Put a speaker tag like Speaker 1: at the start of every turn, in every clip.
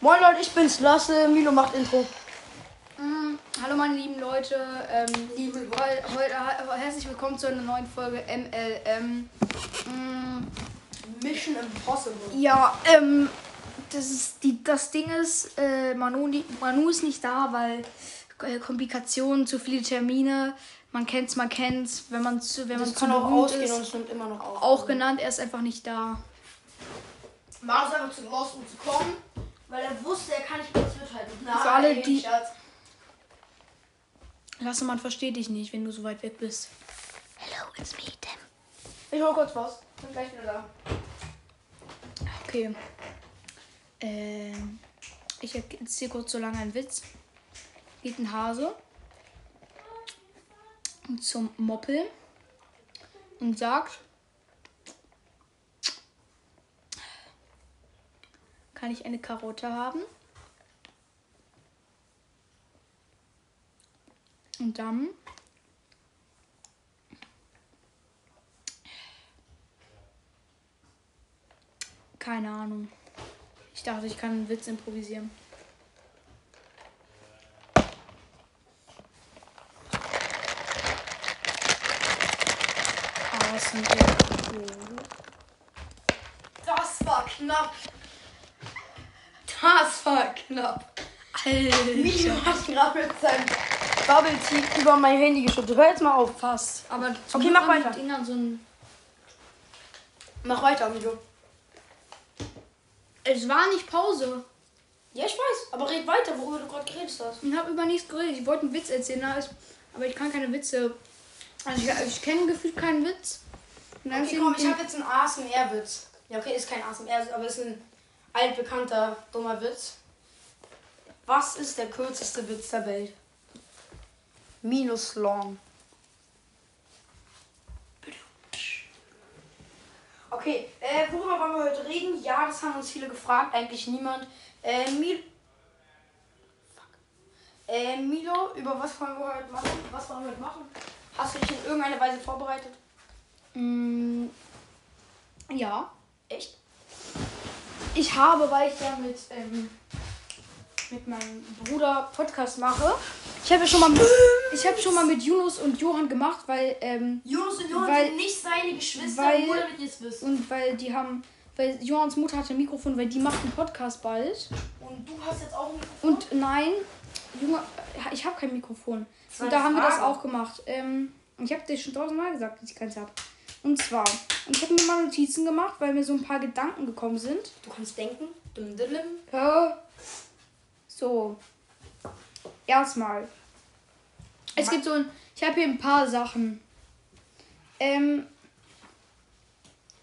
Speaker 1: Moin Leute, ich bin's Lasse. Milo macht Intro.
Speaker 2: Mm, Hallo meine lieben Leute, ähm, liebe, heu- heute, he- herzlich willkommen zu einer neuen Folge MLM. Mm,
Speaker 1: Mission Impossible.
Speaker 2: ja, ähm, das, ist die, das Ding ist, äh, Manu, die, Manu ist nicht da, weil äh, Komplikationen, zu viele Termine, man kennt's, man kennt's, wenn man zu, wenn
Speaker 1: Das
Speaker 2: man zu
Speaker 1: kann auch
Speaker 2: berühmt
Speaker 1: ausgehen und
Speaker 2: ist,
Speaker 1: es nimmt immer noch auf.
Speaker 2: auch genannt, er ist einfach nicht da.
Speaker 1: Mach es einfach zu groß, um zu kommen, weil er wusste, er kann nicht kurz mithalten. Nein,
Speaker 2: Für alle, die-
Speaker 1: Schatz.
Speaker 2: Lasse, man versteht dich nicht, wenn du so weit weg bist.
Speaker 1: Ich hol kurz was. Bin gleich wieder da.
Speaker 2: Okay. Ähm, ich erzähle kurz so lange einen Witz. Geht ein Hase zum Moppel und sagt, kann ich eine Karotte haben? Und dann Keine Ahnung. Ich dachte, ich kann einen Witz improvisieren. Ah, Außen der Kuh.
Speaker 1: Das war knapp. Das war knapp.
Speaker 2: Alter.
Speaker 1: Milo hat gerade mit seinem Bubble Tea über mein Handy geschüttet. Hör jetzt mal auf.
Speaker 2: Fast. Aber zum
Speaker 1: Okay,
Speaker 2: Glück
Speaker 1: mach
Speaker 2: haben die
Speaker 1: weiter.
Speaker 2: Dinger so ein
Speaker 1: Mach weiter, Milo.
Speaker 2: es war nicht Pause.
Speaker 1: Ja, ich weiß, aber red weiter, worüber du gerade geredet hast.
Speaker 2: Ich habe über nichts geredet. Ich wollte einen Witz erzählen, aber ich- aber ich kann keine Witze. Also ich, ich kenne gefühlt keinen Witz. Und dann
Speaker 1: Okay,
Speaker 2: steht
Speaker 1: komm,
Speaker 2: ein-
Speaker 1: ich habe jetzt einen ASMR-Witz. Ja, okay, ist kein ASMR, aber ist ein altbekannter, dummer Witz. Was ist der kürzeste Witz der Welt? Minus long. Okay, äh, worüber wollen wir heute reden? Ja, das haben uns viele gefragt, eigentlich niemand. Äh, Mil Fuck. Äh, Milo, über was wollen wir heute machen? Was wollen wir heute machen? Hast du dich in irgendeiner Weise vorbereitet?
Speaker 2: Mm, ja.
Speaker 1: Echt?
Speaker 2: Ich habe, weil ich ja mit, ähm, mit meinem Bruder Podcast mache. Ich habe ja schon mal mit, ich habe schon mal mit Yunus und Johann gemacht, weil ähm,
Speaker 1: Jonas und Johann
Speaker 2: Weil-
Speaker 1: sind nicht seine Geschwister,
Speaker 2: weil-
Speaker 1: nur damit ihr es wisst.
Speaker 2: und weil die haben, weil Johans Mutter hatte ein Mikrofon, weil die macht einen Podcast bald.
Speaker 1: Und du hast jetzt auch ein Mikrofon.
Speaker 2: Und nein, Junge, ich habe kein Mikrofon.
Speaker 1: Das war
Speaker 2: Und da
Speaker 1: eine
Speaker 2: haben wir das
Speaker 1: Frage.
Speaker 2: auch gemacht. Ähm, ich habe dir schon tausendmal gesagt, dass ich keins habe. Und zwar, und ich habe mir mal Notizen gemacht, weil mir so ein paar Gedanken gekommen sind.
Speaker 1: Du kannst denken. Dum, dum, dum.
Speaker 2: Ja. So. Erstmal. Es gibt so ein. Ich habe hier ein paar Sachen. Ähm,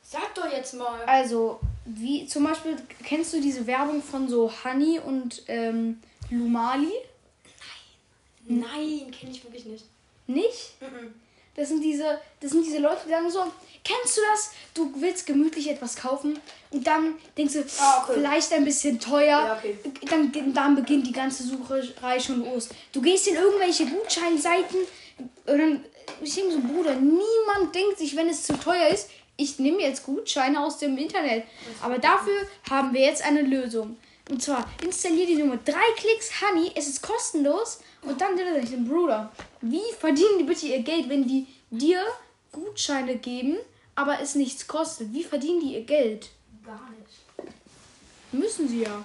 Speaker 1: Sag doch jetzt mal.
Speaker 2: also, wie zum Beispiel, kennst du diese Werbung von so Honey und ähm, Lumali?
Speaker 1: Nein, kenne ich wirklich nicht.
Speaker 2: Nicht?
Speaker 1: Mhm.
Speaker 2: Das sind diese, das sind diese Leute, die sagen so, kennst du das? Du willst gemütlich etwas kaufen und dann denkst du,
Speaker 1: Ah, okay.
Speaker 2: vielleicht ein bisschen teuer.
Speaker 1: Ja, okay.
Speaker 2: dann, dann beginnt die ganze Sucherei schon los. Du gehst in irgendwelche Gutscheinseiten und dann, ich denke so, Bruder, niemand denkt sich, wenn es zu teuer ist, ich nehme jetzt Gutscheine aus dem Internet. Aber dafür haben wir jetzt eine Lösung. Und zwar installier die Nummer drei Klicks Honey, es ist kostenlos und dann wird ich den Bruder. Wie verdienen die bitte ihr Geld, wenn die dir Gutscheine geben, aber es nichts kostet? Wie verdienen die ihr Geld?
Speaker 1: Gar nicht.
Speaker 2: Müssen sie ja.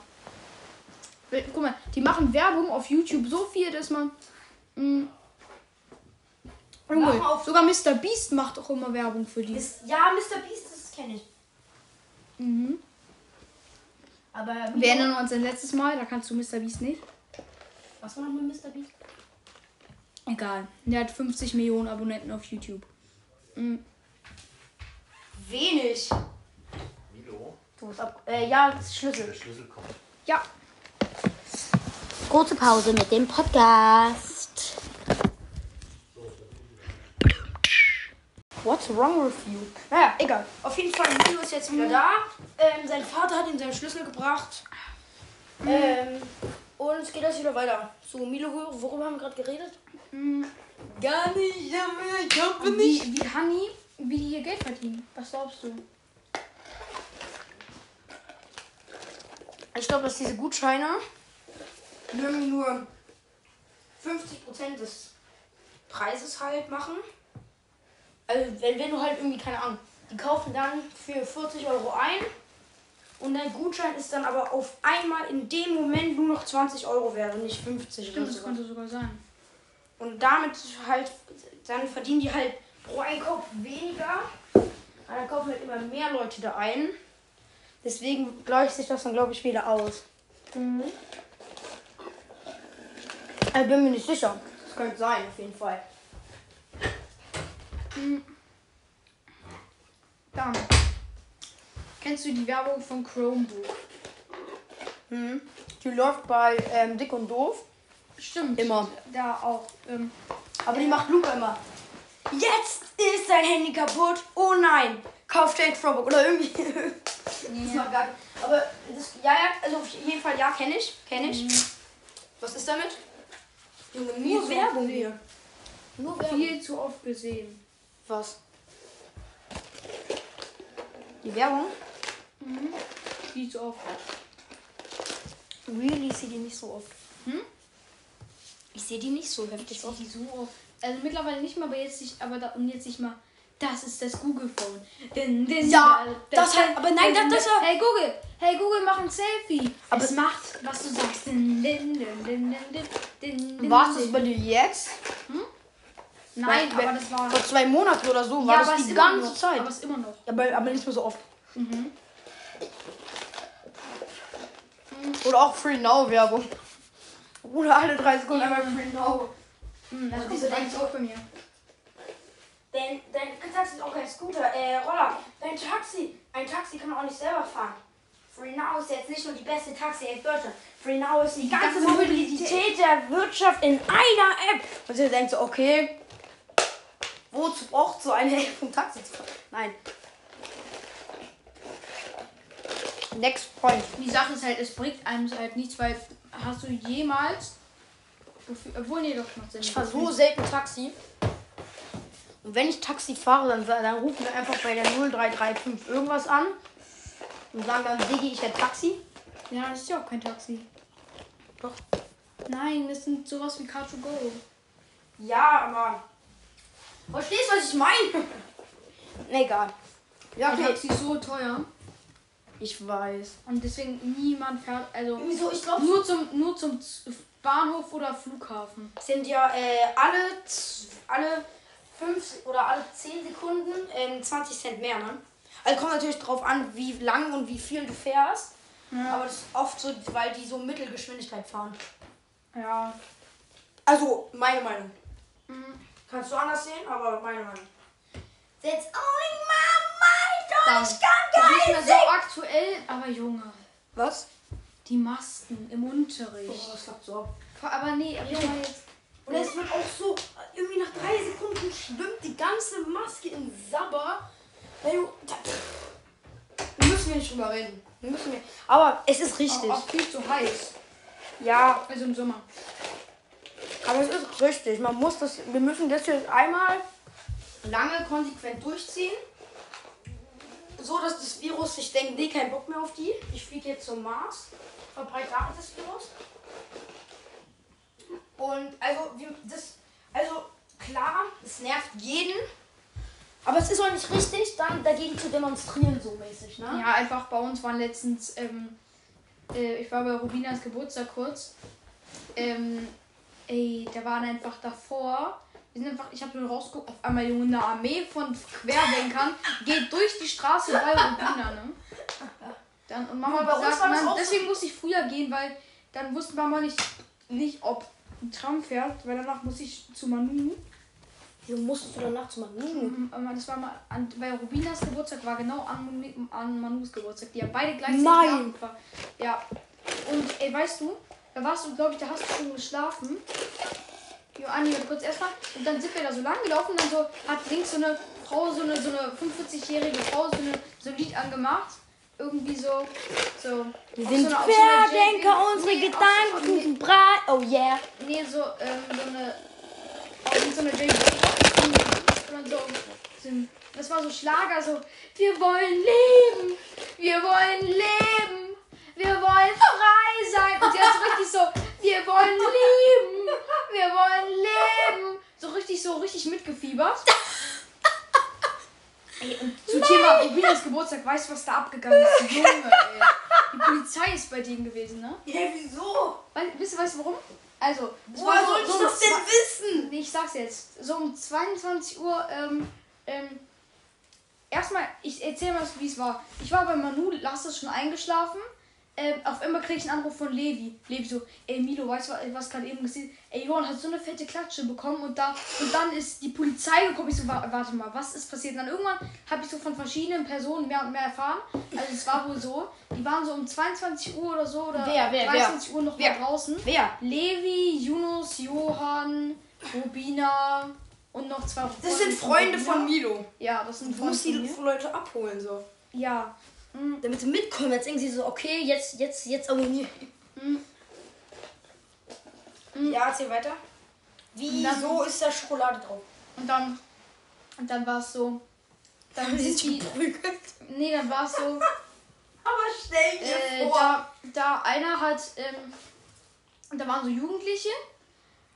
Speaker 2: Weil, Guck mal, die machen Werbung auf YouTube so viel, dass man. Mh,
Speaker 1: Mach
Speaker 2: Junge,
Speaker 1: auf.
Speaker 2: sogar Mr. Beast macht auch immer Werbung für die.
Speaker 1: Ist, ja, Mr. Beast, das kenne ich.
Speaker 2: Mhm.
Speaker 1: Aber
Speaker 2: Wir erinnern uns an letztes Mal, da kannst du Mr. Beast nicht.
Speaker 1: was war noch mit Mr. Beast?
Speaker 2: Egal. Der hat 50 Millionen Abonnenten auf YouTube. Mhm.
Speaker 1: Wenig.
Speaker 3: Milo,
Speaker 1: Du musst ab. Äh, ja, das ist
Speaker 3: der
Speaker 1: Schlüssel.
Speaker 3: Schlüssel kommt.
Speaker 2: Ja.
Speaker 4: Große Pause mit dem Podcast.
Speaker 1: What's wrong with you? Naja, egal. Auf jeden Fall, Milo ist jetzt wieder da. Ähm, sein Vater hat ihm seinen Schlüssel gebracht. Ähm, und es geht jetzt wieder weiter. So, Milo, worüber haben wir gerade geredet?
Speaker 2: Mhm.
Speaker 1: Gar nicht, ich habe ich hab
Speaker 2: Wie, wie Honey, wie die ihr Geld verdienen. Was glaubst du?
Speaker 1: Ich glaube, dass diese Gutscheine mögen nur 50% des Preises halt machen. Also wenn, wenn du halt irgendwie, keine Ahnung, die kaufen dann für 40 Euro ein und dein Gutschein ist dann aber auf einmal in dem Moment nur noch 20 Euro wert und nicht 50
Speaker 2: Stimmt,
Speaker 1: oder
Speaker 2: das
Speaker 1: so.
Speaker 2: könnte sogar sein.
Speaker 1: Und damit halt, dann verdienen die halt pro Einkauf weniger. Aber dann kaufen halt immer mehr Leute da ein. Deswegen gleicht sich das dann, glaube ich, wieder aus. Aber Ich Also bin mir nicht sicher. Das könnte sein, auf jeden Fall.
Speaker 2: Dann. Kennst du die Werbung von Chromebook?
Speaker 1: Hm. Die läuft bei ähm, Dick und Doof.
Speaker 2: Stimmt.
Speaker 1: Immer.
Speaker 2: Da auch. Ähm,
Speaker 1: Aber die macht Luca immer. Jetzt ist dein Handy kaputt. Oh nein. Kauf dir ein Chromebook. Oder irgendwie. Das macht gar Aber das, ja, ja, also auf jeden Fall, ja, kenne ich. Kenne ich. Was ist damit? Mhm. Junge,
Speaker 2: Nur Werbung.
Speaker 1: hier. Nur Werbung.
Speaker 2: viel zu oft gesehen.
Speaker 1: Was? Die Werbung?
Speaker 2: Viel zu oft.
Speaker 1: Really, ich sehe die nicht so oft.
Speaker 2: Hm?
Speaker 1: Ich sehe die nicht so heftig
Speaker 2: Ich die so oft. Also mittlerweile nicht mehr, aber jetzt nicht, aber da, und jetzt nicht mal. Das ist das Google Phone. Denn, denn,
Speaker 1: Ja, das halt- aber nein, das- das war-
Speaker 2: Hey Google, hey Google, mach ein Selfie.
Speaker 1: Aber-
Speaker 2: es macht, was du sagst. Din, din, din, din, din, din, din, din,
Speaker 1: War es
Speaker 2: din.
Speaker 1: bei dir jetzt?
Speaker 2: Nein,
Speaker 1: Weil-
Speaker 2: aber das war.
Speaker 1: Vor zwei Monaten oder so war
Speaker 2: ja, aber
Speaker 1: das
Speaker 2: es
Speaker 1: die
Speaker 2: immer
Speaker 1: ganze
Speaker 2: noch,
Speaker 1: Zeit. Mhm.
Speaker 2: Aber es immer noch.
Speaker 1: Ja, aber, aber nicht mehr so oft. Oder auch Free Now Werbung. Oder alle drei Sekunden einmal Free Now.
Speaker 2: das
Speaker 1: kommt
Speaker 2: eigentlich auch bei mir.
Speaker 1: Dein, dein Taxi ist auch kein Scooter, äh, Roller. Dein Taxi, ein Taxi kann man auch nicht selber fahren. Free Now ist jetzt nicht nur die beste Taxi-App Deutschland. Free Now ist die, ganze,
Speaker 2: ganze
Speaker 1: Mobilität. der Wirtschaft in einer App. Und ihr denkt so, okay, wozu braucht so eine App, um Taxi zu fahren? Nein. Next point.
Speaker 2: Die Sache ist halt, es bringt einem halt nichts, weil hast du jemals. Obwohl, nee, doch, macht Sinn.
Speaker 1: Ich fahre so selten Taxi. Und wenn ich Taxi fahre, dann, sa- dann rufen wir einfach bei der 0335 irgendwas an. Und sagen dann, Diggi, ich hätte Taxi.
Speaker 2: Ja, das ist ja auch kein Taxi.
Speaker 1: Doch.
Speaker 2: Nein, das sind sowas wie Car2Go.
Speaker 1: Ja, aber. Verstehst du, was ich meine? Nee, egal. Ja,
Speaker 2: Okay.
Speaker 1: okay.
Speaker 2: Taxi ist so teuer
Speaker 1: Ich weiß.
Speaker 2: und deswegen niemand fährt, also
Speaker 1: Wieso? Ich glaube,
Speaker 2: nur zum, nur zum Z- Bahnhof oder Flughafen.
Speaker 1: sind ja äh, alle, z- alle 5 oder alle 10 Sekunden ähm, 20 Cent mehr, ne? Also kommt natürlich drauf an, wie lang und wie viel du fährst.
Speaker 2: Ja.
Speaker 1: Aber das ist oft so, weil die so Mittelgeschwindigkeit fahren.
Speaker 2: Ja.
Speaker 1: Also, meine Meinung.
Speaker 2: Mhm.
Speaker 1: Kannst du anders sehen, aber meine Meinung. That's only my mind, oh,
Speaker 2: Dann.
Speaker 1: ich kann
Speaker 2: Das
Speaker 1: gar
Speaker 2: ist
Speaker 1: nicht
Speaker 2: nicht mehr so
Speaker 1: singen.
Speaker 2: aktuell, aber Junge,
Speaker 1: Was?
Speaker 2: die Masken im Unterricht.
Speaker 1: das klappt so.
Speaker 2: Aber nee, aber ich meine jetzt.
Speaker 1: Und es wird auch so, irgendwie nach drei Sekunden schwimmt die ganze Maske in Sabber. Wenn du, da, wir müssen wir nicht drüber reden. Wir müssen wir, aber es ist richtig.
Speaker 2: Auch, auch viel zu heiß.
Speaker 1: Ja,
Speaker 2: Also im Sommer.
Speaker 1: aber es ist richtig. Man muss das, wir müssen das jetzt einmal lange konsequent durchziehen. So, dass das Virus sich denkt, nee, kein Bock mehr auf die. Ich fliege jetzt zum Mars. Verbreite da das Virus. Und also, wir, das, also klar, es nervt jeden. Aber es ist auch nicht richtig, dann dagegen zu demonstrieren, so mäßig, ne?
Speaker 2: Ja, einfach bei uns waren letztens, ähm, äh, ich war bei Rubinas Geburtstag kurz. Ähm, ey, da waren einfach davor. Wir sind einfach, ich habe nur rausgeguckt, auf einmal Junge, eine Armee von Querdenkern geht durch die Straße bei Rubina, ne? Dann, und Mama
Speaker 1: Aber bei uns
Speaker 2: sagt,
Speaker 1: war das
Speaker 2: man,
Speaker 1: auch so-
Speaker 2: deswegen musste ich früher gehen, weil dann wusste Mama nicht, nicht ob ein Tram fährt, weil danach muss ich zu Manu.
Speaker 1: Wieso musstest du danach zu machen?
Speaker 2: Mhm, aber Das war mal an, bei Rubinas Geburtstag, war genau an, Manu- an Manus Geburtstag. Die haben beide gleichzeitig
Speaker 1: Nein.
Speaker 2: krank war- Ja. Und ey, weißt du, da warst du, glaube ich, da hast du schon geschlafen. Joanni, warte kurz erstmal. Und dann sind wir da so lang gelaufen und dann so hat links so eine Frau, so eine, so eine 45-jährige Frau, so, eine, so ein Lied angemacht. Irgendwie so. so
Speaker 4: Wir
Speaker 2: auf
Speaker 4: sind
Speaker 2: so einer- auf so einer
Speaker 4: Querdenker,
Speaker 2: J-
Speaker 4: unsere
Speaker 2: nee, auf so-
Speaker 4: Gedanken sind breit. Oh yeah.
Speaker 2: Nee, so, ähm, so eine. Auch so eine JBL. Und so. Das war so Schlager, so. Wir wollen leben! Wir wollen leben! wir wollen frei sein. Und jetzt richtig so, wir wollen leben, wir wollen leben. So richtig, so richtig mitgefiebert. Ey, und zum Thema Emilias Geburtstag, weißt du, was da abgegangen ist? Junge, ey. Die Polizei ist bei denen gewesen, ne?
Speaker 1: Hä, wieso?
Speaker 2: Weißt, wisst ihr, weißt du warum? Also, es war
Speaker 1: Woher soll ich
Speaker 2: so
Speaker 1: das
Speaker 2: ein
Speaker 1: denn wissen?
Speaker 2: Nee, ich sag's jetzt. So um 22 Uhr, ähm, ähm, erstmal, ich erzähl mal, wie es war. Ich war bei Manu, Lars ist schon eingeschlafen. Ähm, auf einmal krieg ich einen Anruf von Levi. Levi so, ey Milo, weißt du, was- was gerade eben gesehen? Ey Johann hat so eine fette Klatsche bekommen und da und dann ist die Polizei gekommen. Ich so, wa- warte mal, was ist passiert? Und dann irgendwann habe ich so von verschiedenen Personen mehr und mehr erfahren. Also es war wohl so, die waren so um 22 Uhr oder so oder
Speaker 1: Wer, wer, wer?
Speaker 2: 23 Uhr noch
Speaker 1: Wer?
Speaker 2: mal draußen.
Speaker 1: Wer?
Speaker 2: Levi, Yunus, Johann, Rubina und noch zwei
Speaker 1: Das sind Freunde von Milo.
Speaker 2: Ja, das sind
Speaker 1: Du
Speaker 2: Freunde
Speaker 1: musst die
Speaker 2: von mir.
Speaker 1: Leute abholen, so.
Speaker 2: Ja. Hm,
Speaker 4: Damit sie mitkommen, jetzt irgendwie
Speaker 1: Also,
Speaker 4: so, okay, jetzt, jetzt, jetzt aber nie.
Speaker 1: Ja, erzähl weiter. Wieso ist da Schokolade drauf?
Speaker 2: Und dann, und dann war es so. Dann
Speaker 4: Sie
Speaker 2: sind
Speaker 4: sich
Speaker 2: die.
Speaker 4: geprügelt.
Speaker 2: Nee, dann war es so.
Speaker 1: Aber stell dir
Speaker 2: äh,
Speaker 1: vor.
Speaker 2: da, da einer hat. Ähm, da waren so Jugendliche.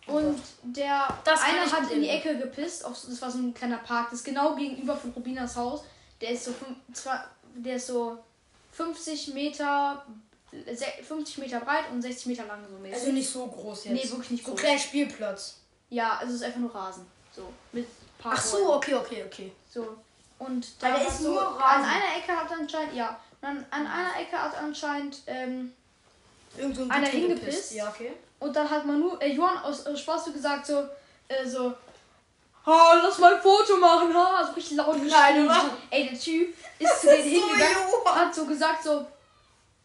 Speaker 2: Und der
Speaker 4: Oh Das kann
Speaker 2: einer
Speaker 4: ich
Speaker 2: hat
Speaker 4: nicht
Speaker 2: in die
Speaker 4: sehen.
Speaker 2: Ecke gepisst. Auf, das war so ein kleiner Park. Das ist genau gegenüber von Rubinas Haus. Der ist so, fünf, zwei, der ist so 50 Meter. äh, se- 50 Meter breit und 60 Meter lang so mäßig.
Speaker 4: Also nicht so groß jetzt.
Speaker 2: nee, wirklich nicht
Speaker 4: So
Speaker 2: groß.
Speaker 4: kleiner Spielplatz.
Speaker 2: Ja, also es ist einfach nur Rasen. So, mit paar
Speaker 4: Ach so, okay, okay, okay.
Speaker 2: so. Und
Speaker 1: Weil
Speaker 2: da
Speaker 1: der
Speaker 2: war
Speaker 1: ist
Speaker 2: so,
Speaker 1: nur
Speaker 2: an
Speaker 1: Rasen.
Speaker 2: einer Ecke hat anscheinend, ja, und an, an einer Ecke hat anscheinend, ähm,
Speaker 4: Irgend so ein
Speaker 2: Einer
Speaker 4: Dude
Speaker 2: hingepisst?
Speaker 4: hingepisst. Ja, okay.
Speaker 2: und dann hat man nur, äh, Johann aus äh, Spaß so gesagt, so, äh, so, ha, lass mal ein Foto machen, ha, so richtig laut geschrien.
Speaker 1: oder?
Speaker 2: Ey, der Typ ist zu denen hingegangen,
Speaker 1: Johann.
Speaker 2: hat so gesagt, so,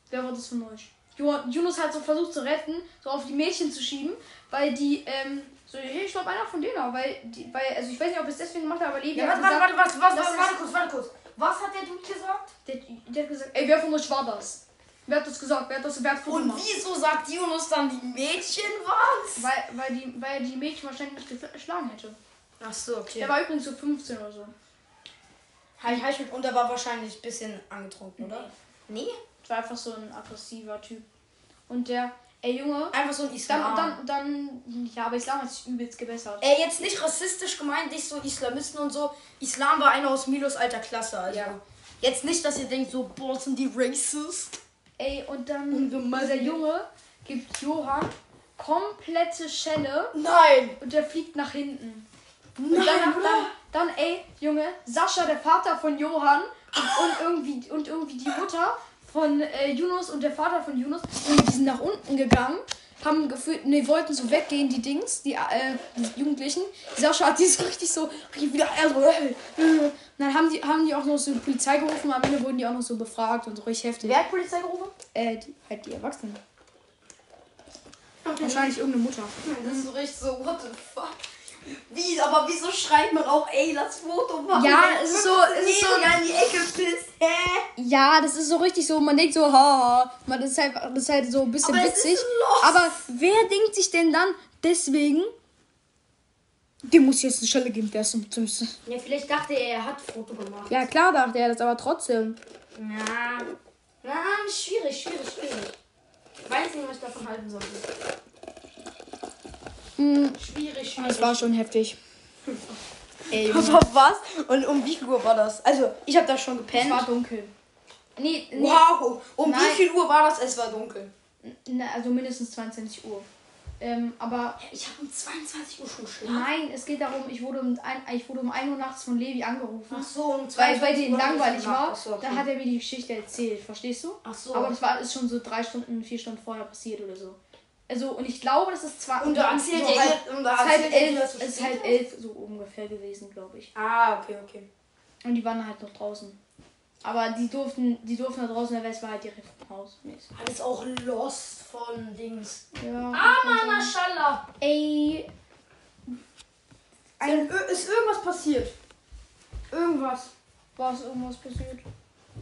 Speaker 2: wer war das von euch? Johann, Yunus hat so versucht zu retten, so auf die Mädchen zu schieben, weil die, ähm, so, hey, ich glaube einer von denen, war, weil, die, weil, also ich weiß nicht, ob er es deswegen gemacht hat, aber Levi
Speaker 1: Ja,
Speaker 2: hat
Speaker 1: warte,
Speaker 2: gesagt,
Speaker 1: warte, warte, warte, warte,
Speaker 2: das
Speaker 1: warte,
Speaker 2: ist-
Speaker 1: warte kurz, warte kurz. Was hat der Dude gesagt?
Speaker 2: Der, der hat gesagt, ey, wer von euch war das? Wer hat das gesagt? Wer hat das, wer hat das
Speaker 1: Und
Speaker 2: gemacht?
Speaker 1: wieso sagt Jonas dann, die Mädchen waren's?
Speaker 2: Weil, weil, die, weil die Mädchen wahrscheinlich nicht geschlagen hätte.
Speaker 4: Ach so, okay.
Speaker 2: Der war übrigens so 15 oder so.
Speaker 4: Hab ich, hab ich mit, und er war wahrscheinlich ein bisschen angetrunken, oder? Nee.
Speaker 2: Das war einfach so ein aggressiver Typ. Und der, ey Junge,
Speaker 4: Einfach so ein
Speaker 2: dann,
Speaker 4: Islam.
Speaker 2: und dann, und dann, ja, aber Islam hat sich übelst gebessert.
Speaker 4: Äh, jetzt nicht rassistisch gemeint, nicht so Islamisten und so. Islam war einer aus Milos alter Klasse. Also
Speaker 2: Ja.
Speaker 4: jetzt nicht, dass ihr denkt, so, boah, sind die racist.
Speaker 2: Ey, und dann,
Speaker 4: Und wir machen-
Speaker 2: dieser Junge gibt Johann komplette Schelle
Speaker 4: Nein!
Speaker 2: und der fliegt nach hinten. Und
Speaker 4: Nein!
Speaker 2: dann, dann, dann, ey, Junge, Sascha, der Vater von Johann und, und, irgendwie, und irgendwie die Mutter von äh, Yunus und der Vater von Yunus, und die sind nach unten gegangen, haben gefühlt, ne, wollten so weggehen, die Dings, die, äh, die Jugendlichen. Sascha hat die so richtig so, richtig wieder, er so, äh, äh. Und dann haben die, haben die auch noch so die Polizei gerufen, am Ende wurden die auch noch so befragt und so richtig heftig.
Speaker 1: Wer hat Polizei gerufen?
Speaker 2: Äh, die, halt die Erwachsenen. Wahrscheinlich irgendeine Mutter.
Speaker 1: Das ist so richtig so, what the fuck? Wie, aber wieso schreit man auch, ey, lass Foto machen?
Speaker 2: Ja,
Speaker 1: wenn
Speaker 2: es ist so- es ist so-
Speaker 1: 15-Jähriger in die Ecke pisst, hä?
Speaker 2: Ja, das ist so richtig so. Man denkt so, haha, man das ist halt, das ist halt so ein bisschen
Speaker 1: Aber es ist
Speaker 2: witzig.
Speaker 1: los.
Speaker 2: Aber wer denkt sich denn dann deswegen, dem muss ich jetzt eine Schelle geben, der ist zum, zum
Speaker 4: Ja, vielleicht dachte er, er hat Foto gemacht.
Speaker 2: Ja, klar dachte er das, aber trotzdem.
Speaker 4: Na, na, schwierig, schwierig, schwierig.
Speaker 1: Weiß nicht, was ich davon halten sollte.
Speaker 2: Hm,
Speaker 1: Schwierig,
Speaker 2: das
Speaker 1: schwierig.
Speaker 2: war schon heftig.
Speaker 4: Aber was? Und um wie viel Uhr war das? Also, ich habe da schon gepennt.
Speaker 2: dunkel. Nee, nee
Speaker 1: Wow, um
Speaker 2: Nein.
Speaker 1: wie viel Uhr war das? Es war dunkel.
Speaker 2: na, also mindestens 22 Uhr. Ähm, aber
Speaker 1: Ich habe um 22 Uhr schon Schlaf.
Speaker 2: nein, es geht darum, ich wurde um, ein, ich wurde um 1 Uhr nachts von Levi angerufen.
Speaker 1: Ach so, um
Speaker 2: Weil
Speaker 1: 22
Speaker 2: bei denen
Speaker 1: Uhr hab ich
Speaker 2: langweilig
Speaker 1: gemacht.
Speaker 2: war,
Speaker 1: Ach so, okay.
Speaker 2: dann hat er mir die Geschichte erzählt, verstehst du?
Speaker 1: Ach so.
Speaker 2: Aber das war ist schon so drei Stunden, vier Stunden vorher passiert oder so. Also, und ich glaube, das ist zwar.
Speaker 1: Und da erzählt
Speaker 2: so
Speaker 1: er halt-
Speaker 2: halb,
Speaker 1: ihr- und da
Speaker 2: es ist halb
Speaker 1: erzählt er ihr,
Speaker 2: elf,
Speaker 1: dass du
Speaker 2: es ist
Speaker 1: spät
Speaker 2: halb elf so ungefähr gewesen, glaube ich.
Speaker 1: Ah, okay, okay.
Speaker 2: Und die waren halt noch draußen. Aber die durften, die durften da draußen, weil es war halt direkt vom Haus. mäßig.
Speaker 4: Alles auch lost von Dings.
Speaker 2: Ja.
Speaker 4: Ah, Mann, Maschallah.
Speaker 2: Ey,
Speaker 1: Ein, Ö- ist irgendwas passiert? Irgendwas.
Speaker 2: war es irgendwas passiert?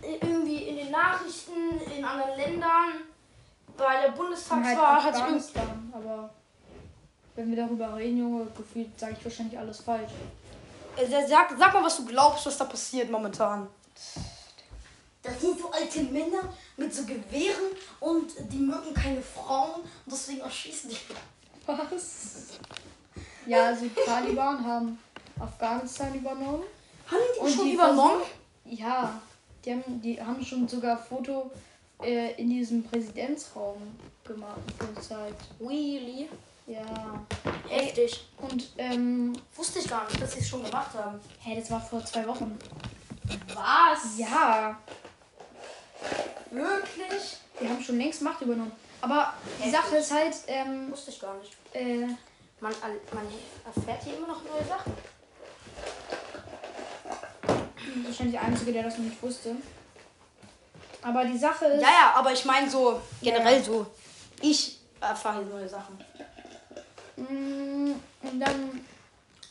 Speaker 1: Äh, Irgendwie in den Nachrichten, in anderen Ländern, weil der Bundestag
Speaker 2: Halt
Speaker 1: war, hat irgendwie.
Speaker 2: Afghanistan, aber wenn wir darüber reden, Junge, gefühlt sage ich wahrscheinlich alles falsch.
Speaker 1: Äh,
Speaker 4: Sag, sag mal, was du glaubst, was da passiert momentan.
Speaker 1: Das sind so alte Männer mit so Gewehren und die mögen keine Frauen und deswegen erschießen die.
Speaker 2: Was? Ja, also die Taliban haben Afghanistan übernommen.
Speaker 1: Haben die
Speaker 2: Und
Speaker 1: schon
Speaker 2: die
Speaker 1: übernommen?
Speaker 2: Ja, die haben, die haben schon sogar Foto äh, in diesem Präsidentsraum gemacht gezeigt.
Speaker 1: Really?
Speaker 2: Ja.
Speaker 1: Heftig.
Speaker 2: Und ähm,
Speaker 1: Wusste ich gar nicht, dass sie es schon gemacht haben.
Speaker 2: hä, das war vor zwei Wochen.
Speaker 1: Was?
Speaker 2: Ja,
Speaker 1: Wirklich?
Speaker 2: die haben schon längst Macht übernommen. Aber die Sache ist halt, ähm,
Speaker 1: Wusste ich gar nicht.
Speaker 2: äh,
Speaker 1: Man, er- man erfährt hier immer noch neue Sachen.
Speaker 2: wahrscheinlich der Einzige, der das noch nicht wusste. Aber die Sache ist,
Speaker 1: Ja, ja, aber ich meine so, generell so. Ich erfahre hier neue Sachen.
Speaker 2: Mm, Und dann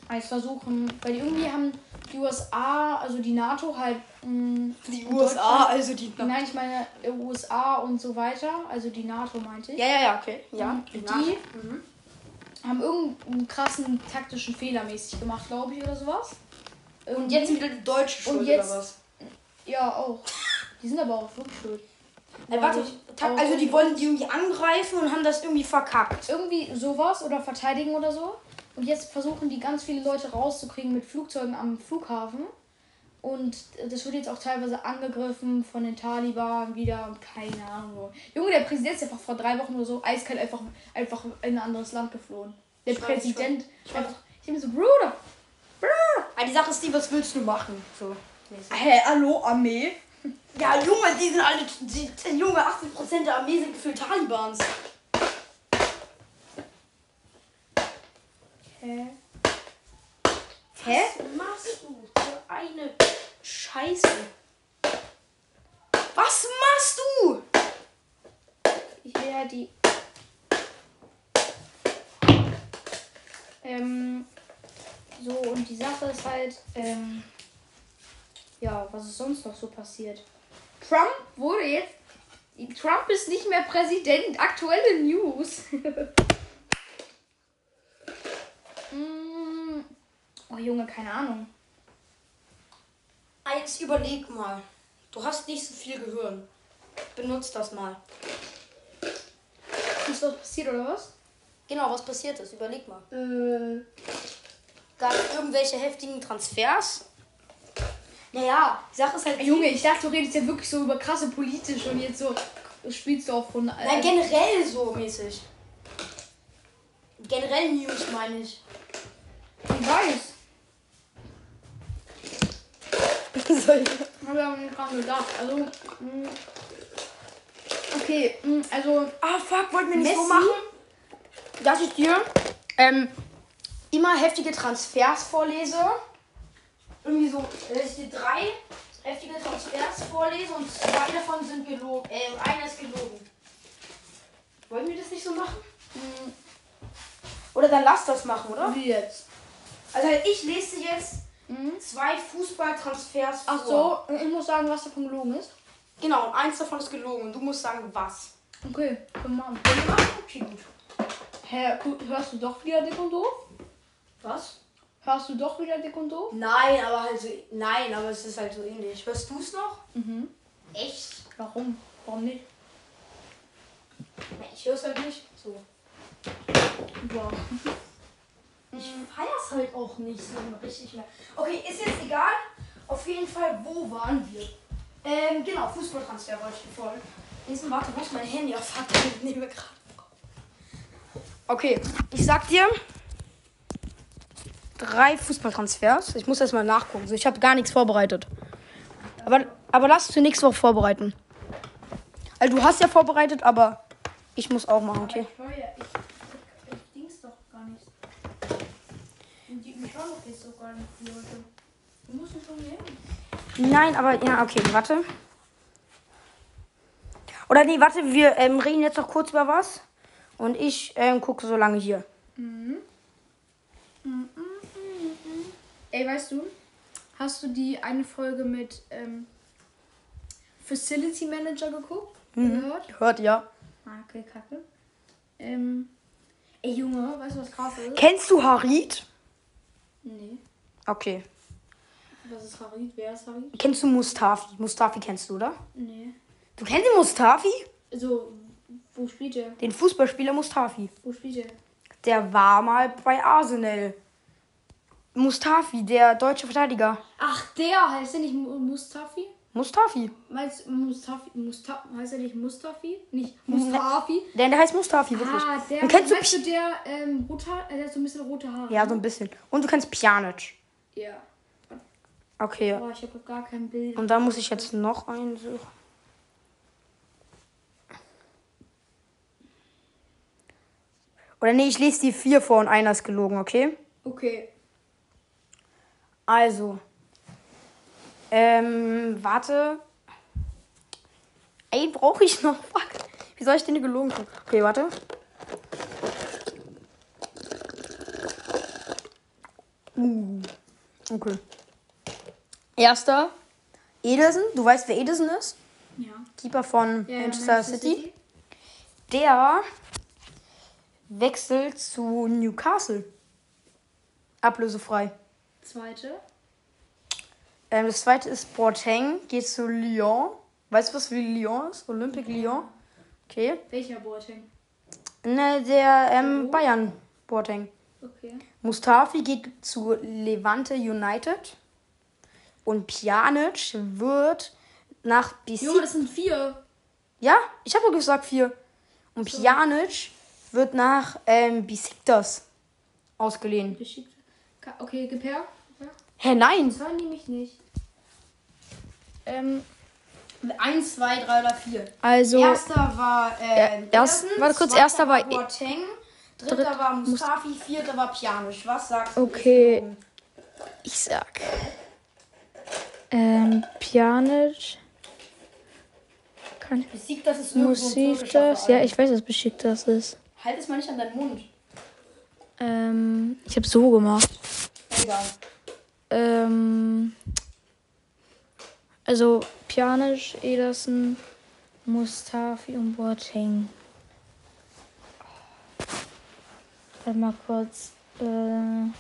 Speaker 2: als versuchen, weil die irgendwie haben die USA, also die NATO halt. mm,
Speaker 4: Die
Speaker 2: und
Speaker 4: USA,
Speaker 2: Deutschland-
Speaker 4: also die.
Speaker 2: Nein, ich meine äh, USA und so weiter, also die NATO meinte ich.
Speaker 4: Ja, ja, ja, okay.
Speaker 1: Ja,
Speaker 2: Die
Speaker 1: Namen. Mhm.
Speaker 2: haben irgendeinen krassen taktischen Fehler mäßig gemacht, glaube ich, oder sowas.
Speaker 1: Und
Speaker 2: Irgendwie-
Speaker 1: jetzt wieder die deutsche Schuld
Speaker 2: Und jetzt-
Speaker 1: oder was?
Speaker 2: Ja, auch. Die sind aber auch wirklich schuld.
Speaker 1: Äh, warte, tak- also die wollten die irgendwie angreifen und haben das irgendwie verkackt.
Speaker 2: irgendwie sowas oder verteidigen oder so. Und jetzt versuchen die ganz viele Leute rauszukriegen mit Flugzeugen am Flughafen. Und das wird jetzt auch teilweise angegriffen von den Taliban wieder und keine Ahnung. wo. Junge, der Präsident ist einfach vor drei Wochen oder so eiskalt einfach, einfach in ein anderes Land geflohen. Der
Speaker 1: Ich weiß,
Speaker 2: Präsident.
Speaker 1: ich
Speaker 2: Ich,
Speaker 1: weiß.
Speaker 2: einfach, ich bin so, Bruder.
Speaker 1: Aber Ah, die Sache ist die, was willst du machen? So. Ah,
Speaker 4: Hä, hallo, Armee?
Speaker 1: Ja, Junge, die sind alle, die, die- Junge, 80% der Armee sind gefühlt Talibans.
Speaker 2: Hä? Hä?
Speaker 1: Was machst du für eine Scheiße? Was machst du?
Speaker 2: Ja, die. Ähm, so, und die Sache ist halt, ähm, ja, was ist sonst noch so passiert? Trump wurde jetzt. Trump ist nicht mehr Präsident. Aktuelle News. Mm. oh Junge, keine Ahnung.
Speaker 1: Ah, Jetzt überleg mal. Du hast nicht so viel Gehirn. Benutzt das mal.
Speaker 2: Ist was passiert oder was?
Speaker 1: Genau, was passiert ist, überleg mal.
Speaker 2: Äh.
Speaker 1: Gab es irgendwelche heftigen Transfers? Naja, die Sache ist halt.
Speaker 2: Junge, ich dachte, du redest ja wirklich so über krasse politische und jetzt so spielst du auf Runde.
Speaker 1: Nein, generell so mäßig. Generell News meine ich.
Speaker 2: Ich weiß.
Speaker 4: Soll ich-
Speaker 2: Hab ich aber nicht dran gedacht. Also. mm. Okay, mm, also.
Speaker 1: Ah, fuck, wollten wir nicht so
Speaker 2: Messi?
Speaker 1: machen? Dass ich dir ähm, immer heftige Transfers vorlese. Irgendwie so, äh, dass ich dir drei heftige Transfers vorlese und zwei davon sind gelogen. Äh, einer ist gelogen. Wollen wir das nicht so machen?
Speaker 2: mm,
Speaker 1: Oder dann lass das machen, oder?
Speaker 2: Wie jetzt?
Speaker 1: Also ich lese dir jetzt
Speaker 2: Mm.
Speaker 1: zwei Fußballtransfers vor.
Speaker 2: Ach so, hm, ich muss sagen, was davon gelogen ist.
Speaker 1: Genau, und eins davon ist gelogen. Und du musst sagen, was.
Speaker 2: Okay, können wir machen.
Speaker 1: Wollen wir machen? Okay, gut.
Speaker 2: Hä, gu- hörst du doch wieder dick und doof?
Speaker 1: Was?
Speaker 2: Hörst du doch wieder dick und doof?
Speaker 1: Nein, aber halt so, nein, aber es ist halt so ähnlich. Hörst du es noch?
Speaker 2: Mhm.
Speaker 1: Echt?
Speaker 2: Warum? Warum nicht?
Speaker 1: Ich höre es halt nicht. So.
Speaker 2: Boah.
Speaker 1: Ich feier's halt auch nicht so richtig mehr. Okay, ist jetzt egal. Auf jeden Fall, wo waren wir? Ähm, genau, Fußballtransfer wollte ich folgen. Lesen, warte, wo ist mein Handy? Auf fuck, ich nehme gerade. Okay, ich sag dir drei Fußballtransfers. Ich muss erst mal nachgucken. So, Ich habe gar nichts vorbereitet. Aber, aber lass es für nächste Woche vorbereiten. Also du hast ja vorbereitet, aber ich muss auch machen, okay?
Speaker 2: Ich höre ja, ich, ich, ich dings doch gar nicht. Und die mich hören doch jetzt doch gar nicht, die Leute. Du musst nicht von mir hin.
Speaker 1: Nein, aber ja, okay, warte. Oder nee, warte, wir ähm, reden jetzt noch kurz über was. Und ich ähm, gucke so lange hier.
Speaker 2: Ey, weißt du, hast du die eine Folge mit ähm, Facility Manager geguckt?
Speaker 5: Mhm.
Speaker 2: Gehört?
Speaker 4: Hört ja.
Speaker 2: Ah, okay, kacke. Ähm, ey, Junge, weißt du, was krass ist?
Speaker 4: Kennst du Harit?
Speaker 2: Nee.
Speaker 4: Okay.
Speaker 2: Was ist Harid? Wer ist Harid?
Speaker 5: Kennst du Mustafi? Mustafi kennst du, oder?
Speaker 2: Nee.
Speaker 5: Du kennst den Mustafi?
Speaker 2: Also, wo spielt er?
Speaker 5: Den Fußballspieler Mustafi.
Speaker 2: Wo spielt er?
Speaker 5: Der war mal bei Arsenal. Mustafi, der deutsche Verteidiger.
Speaker 2: Ach, der heißt er nicht Mu- Mustafi?
Speaker 5: Mustafi.
Speaker 2: Meinst du Mustafi? Musta heißt er nicht Mustafi? Nicht Mustafi?
Speaker 5: Der, der heißt Mustafi, wirklich.
Speaker 2: Ah, der.
Speaker 5: Und kennst du
Speaker 2: meinst du der, ähm, roter, äh, der hat so ein bisschen rote Haare?
Speaker 5: ja, so ein bisschen. Und du kennst Pjanic.
Speaker 2: Ja.
Speaker 5: Okay.
Speaker 2: Boah, ich habe gar kein Bild.
Speaker 5: Und dann muss ich jetzt noch einen suchen. Oder nee, ich lese die vier vor und einer ist gelogen, okay?
Speaker 2: Okay.
Speaker 5: Also. Ähm, warte. Ey, brauche ich noch? Fuck. Wie soll ich denn die gelogen haben? Okay, warte. Uh, Okay. Erster. Ederson. Du weißt, wer Ederson ist?
Speaker 2: Ja.
Speaker 5: Keeper von
Speaker 2: ja
Speaker 5: Manchester, City. Der wechselt zu Newcastle. Ablösefrei.
Speaker 2: Zweite.
Speaker 5: Ähm, das zweite ist Boateng, geht zu Lyon. Weißt du, was wie Lyon ist? Olympique Lyon. Okay.
Speaker 2: Welcher Boateng?
Speaker 5: Ne, der ähm,
Speaker 2: Wo?
Speaker 5: Bayern Boateng.
Speaker 2: Okay.
Speaker 5: Mustafi geht zu Levante United. Und Pjanic wird nach BC.
Speaker 2: Junge, das sind vier.
Speaker 5: Ja, ich habe gesagt vier. Und Pjanic wird nach ähm, Besiktas ausgeliehen.
Speaker 2: Geschickt. Ka- Okay, gib her. Gib her.
Speaker 5: Hä, nein.
Speaker 2: Das hören die mich nicht.
Speaker 5: Ähm,
Speaker 1: Eins, zwei, drei oder vier.
Speaker 5: also,
Speaker 1: Erster war äh,
Speaker 5: Er- erst-
Speaker 1: Ederson,
Speaker 5: warte kurz,
Speaker 1: zweiter
Speaker 5: erster war-
Speaker 1: Boateng, dritter war Mustafi, vierter war Pjanic. Was sagst du?
Speaker 5: okay.
Speaker 2: Ich sag. Ähm, Pjanic. Kann
Speaker 1: Besiegt das ist irgendwo ein türkischer Verein.
Speaker 2: Ja, ich weiß, was beschickt das ist.
Speaker 1: Halt es mal nicht an deinen Mund.
Speaker 2: Ähm, ich habe so gemacht.
Speaker 1: Egal.
Speaker 2: Ähm, also Pjanic, Ederson, Mustafi und Boateng. Warte mal kurz. Äh,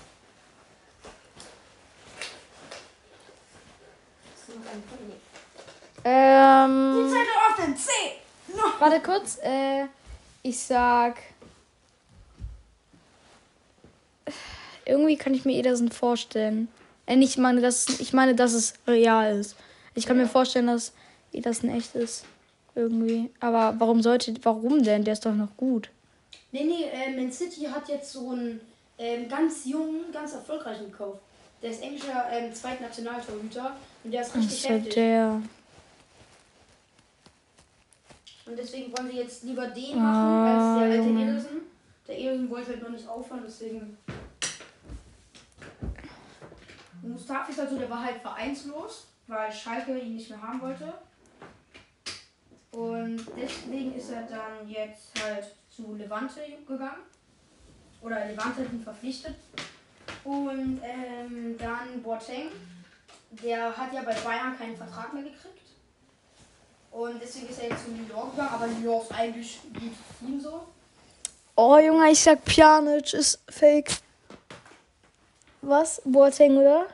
Speaker 2: ähm,
Speaker 1: Seid auf den C!
Speaker 2: warte kurz. Äh, ich sag. Irgendwie kann ich mir Ederson vorstellen. Äh, nicht, ich meine, dass, ich meine, dass es real ist. Ich kann mir vorstellen, dass Ederson echt ist. Irgendwie. Aber warum sollte. Warum denn? Der ist doch noch gut.
Speaker 1: Nee, nee, äh, Man City hat jetzt so einen ähm, ganz jungen, ganz erfolgreichen Kauf. Der ist englischer ähm, Zweitnationaltorhüter und der ist
Speaker 2: Das ist
Speaker 1: richtig
Speaker 2: halt
Speaker 1: heftig.
Speaker 2: der.
Speaker 1: Und deswegen wollen sie jetzt lieber
Speaker 2: Ah,
Speaker 1: den machen als der alte Ederson. Der Ederson wollte halt noch nicht aufhören, deswegen. Und Mustafi ist halt so, der war halt vereinslos, weil Schalke ihn nicht mehr haben wollte. Und deswegen ist er dann jetzt halt zu Levante gegangen. Oder Levante hat ihn verpflichtet. Und ähm, dann Boateng, der hat ja bei Bayern keinen Vertrag mehr gekriegt. Und deswegen ist er jetzt zu New York gegangen, aber New York ist eigentlich ein gutes Team so.
Speaker 2: Oh, Junge, ich sag Pjanic ist fake. Was? Boateng, oder?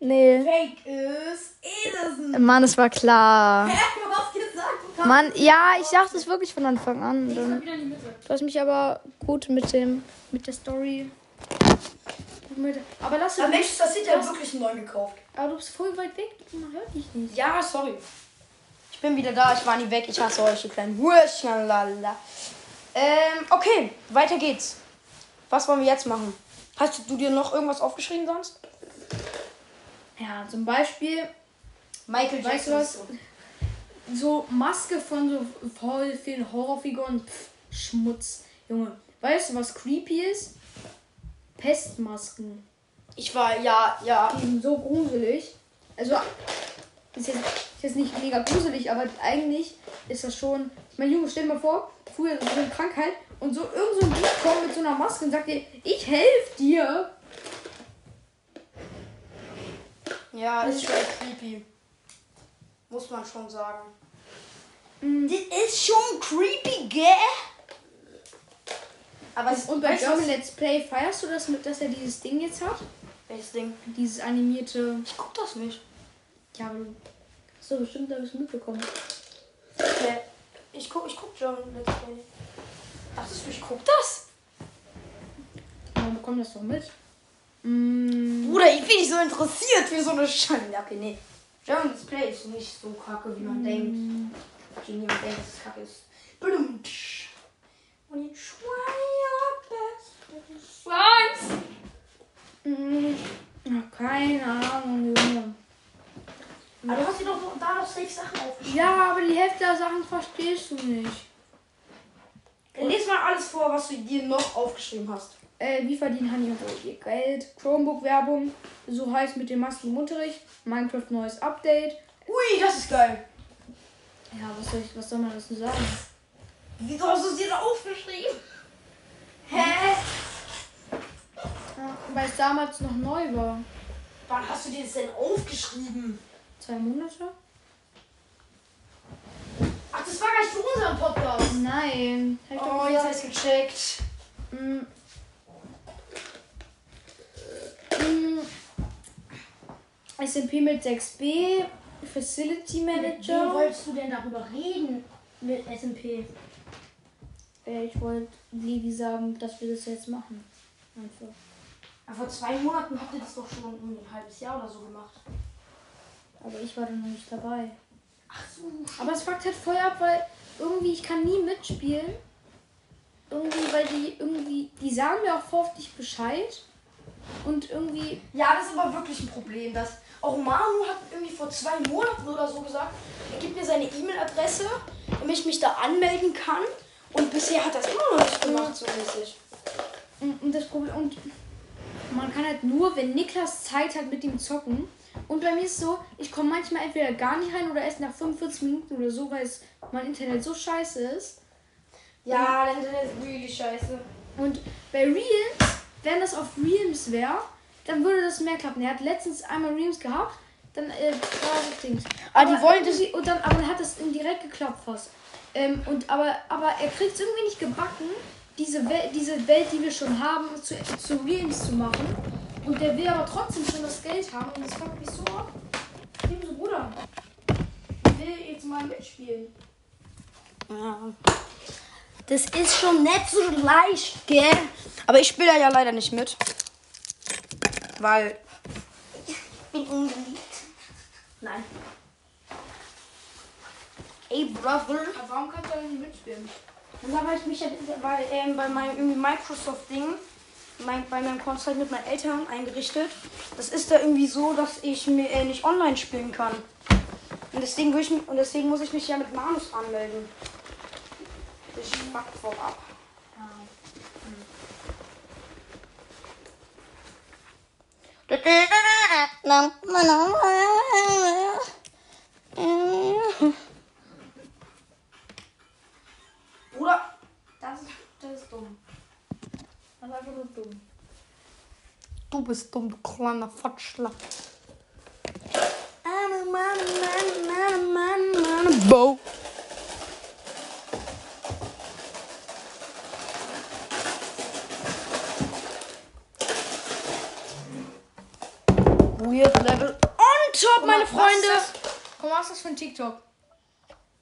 Speaker 2: Nee.
Speaker 1: Fake ist Ederson.
Speaker 2: Mann, es war klar.
Speaker 1: Hä, du hast gesagt, du kannst
Speaker 2: Mann, ja, ich dachte es wirklich von Anfang an.
Speaker 1: Ich komm
Speaker 2: Dann,
Speaker 1: wieder in die Mitte.
Speaker 2: du hast mich aber gut mit dem mit der Story. Mit, aber lass
Speaker 1: Aber
Speaker 2: aber,
Speaker 1: Manchester City hat wirklich einen neuen gekauft.
Speaker 2: aber du bist voll weit weg. Man hört dich nicht.
Speaker 5: Ja, sorry. Ich bin wieder da, ich war nie weg, ich hasse euch, ihr kleinen Würstchen, lala. Ähm, okay, weiter geht's. Was wollen wir jetzt machen? Hast du dir noch irgendwas aufgeschrieben sonst?
Speaker 2: Ja, zum Beispiel
Speaker 1: Michael Jackson.
Speaker 2: Weißt du was? so Maske von so voll vielen Horrorfiguren. Pff, Schmutz. Junge, weißt du, was creepy ist? Pestmasken.
Speaker 1: Ich war, ja, ja.
Speaker 2: eben so gruselig. Also, ist jetzt, ist jetzt nicht mega gruselig, aber eigentlich ist das schon. Ich meine, Junge, stell dir mal vor, früher so eine Krankheit und so irgend so ein Typ kommt mit so einer Maske und sagt dir, ich helfe dir.
Speaker 1: Ja, ist schon creepy. Muss man schon sagen. Das Hm, ist schon creepy, gell? Aber es
Speaker 2: Und bei
Speaker 1: weißt du was?
Speaker 2: German Let's Play feierst du das mit, dass er dieses Ding jetzt hat?
Speaker 1: Welches Ding?
Speaker 2: Dieses animierte.
Speaker 1: Ich guck das nicht.
Speaker 2: Ja, aber du hast doch bestimmt da was mitbekommen.
Speaker 1: Okay. Ich guck, ich guck German Let's Play. Dachtest du, ich guck das?
Speaker 2: Aber bekommen das doch mit. Mm,
Speaker 4: Bruder, ich bin nicht so interessiert für so eine Scheiße. Ja, okay, nee.
Speaker 1: German Let's Play ist nicht so kacke, wie man denkt. Wie niemand denkt, dass es kacke ist. Blumtsch. Und jetzt try your best. Franz!
Speaker 2: mm, ach, keine Ahnung, Junge.
Speaker 1: Aber du hast dir doch so- da noch safe Sachen auf.
Speaker 2: Ja, aber die Hälfte der Sachen verstehst du nicht.
Speaker 1: Lies mal alles vor, was du dir noch aufgeschrieben hast.
Speaker 2: Äh, wie verdienen Hanni und Roy ihr Geld? Chromebook-Werbung, so heiß mit den Masken im Unterricht, Minecraft neues Update.
Speaker 1: Ui, das ist geil.
Speaker 2: Ja, was soll, ich, was soll man dazu sagen?
Speaker 1: Wieso hast du es dir da aufgeschrieben? Hä?
Speaker 2: Ja, weil es damals noch neu war.
Speaker 1: Wann hast du dir das denn aufgeschrieben?
Speaker 2: Zwei Monate?
Speaker 1: Ach, das war gar nicht für unseren Podcast.
Speaker 2: Nein. Hab ich doch
Speaker 1: Oh, jetzt
Speaker 2: gesagt.
Speaker 1: hab ich's gecheckt.
Speaker 2: Mm. Mm. SMP mit 6b, Facility
Speaker 6: Wem
Speaker 2: Manager.
Speaker 6: wolltest du denn darüber reden mit SMP?
Speaker 2: Äh, Ich wollte Levi sagen, dass wir das jetzt machen. Einfach.
Speaker 1: Aber vor zwei Monaten habt ihr das doch schon um ein halbes Jahr oder so gemacht.
Speaker 2: Aber ich war da noch nicht dabei.
Speaker 1: Ach so.
Speaker 2: Aber es fuckt halt voll ab, weil irgendwie ich kann nie mitspielen. Irgendwie, weil die irgendwie, die sagen mir auch voll oft nicht Bescheid. Und irgendwie,
Speaker 1: Ja, das ist aber wirklich ein Problem. Dass auch Manu hat irgendwie vor zwei Monaten oder so gesagt, er gibt mir seine E-Mail-Adresse, damit ich mich da anmelden kann. Und bisher hat das immer noch nicht gemacht, so mäßig.
Speaker 2: und, und das Problem, und man kann halt nur, wenn Niklas Zeit hat, mit ihm zocken. Und bei mir ist so, ich komme manchmal entweder gar nicht rein oder erst nach 45 Minuten oder so, weil es mein Internet so scheiße ist.
Speaker 1: Ja, dann Internet ist wirklich scheiße.
Speaker 2: Und bei Reels, wenn das auf Reels wäre, dann würde das mehr klappen. Er hat letztens einmal Reels gehabt, dann äh, war das Ding.
Speaker 4: Ah, die wollen
Speaker 2: irgendwie- und dann, aber dann hat das direkt geklappt fast. Ähm, und aber, aber er kriegt es irgendwie nicht gebacken, diese Welt, diese Welt, die wir schon haben, zu, zu Reels zu machen. Und der will aber trotzdem schon das Geld haben und das fuckt mich so ab. Ich bin so Bruder.
Speaker 1: Ich will jetzt mal mitspielen.
Speaker 4: Das ist schon nicht so leicht, gell? Aber ich spiele da ja leider nicht mit. Weil. Ich bin ungeliebt.
Speaker 1: Nein.
Speaker 4: Ey, Brother.
Speaker 1: Aber warum kannst du da nicht mitspielen?
Speaker 4: Und habe ich mich ja
Speaker 1: Weil ähm, bei meinem irgendwie Microsoft-Ding, mein, bei meinem Konto halt mit meinen Eltern eingerichtet, das ist da irgendwie so, dass ich mir äh, nicht online spielen kann. Und deswegen, will ich, mi- und deswegen muss ich mich ja mit Manus anmelden. Ich fuck voll ab. Bruder, das, ist- das ist dumm. Das ist einfach nur dumm.
Speaker 4: Du bist dumm, du kleiner Fatschler. Bo. Weird Level on top, meine Freunde.
Speaker 2: Komm, was ist das für ein TikTok?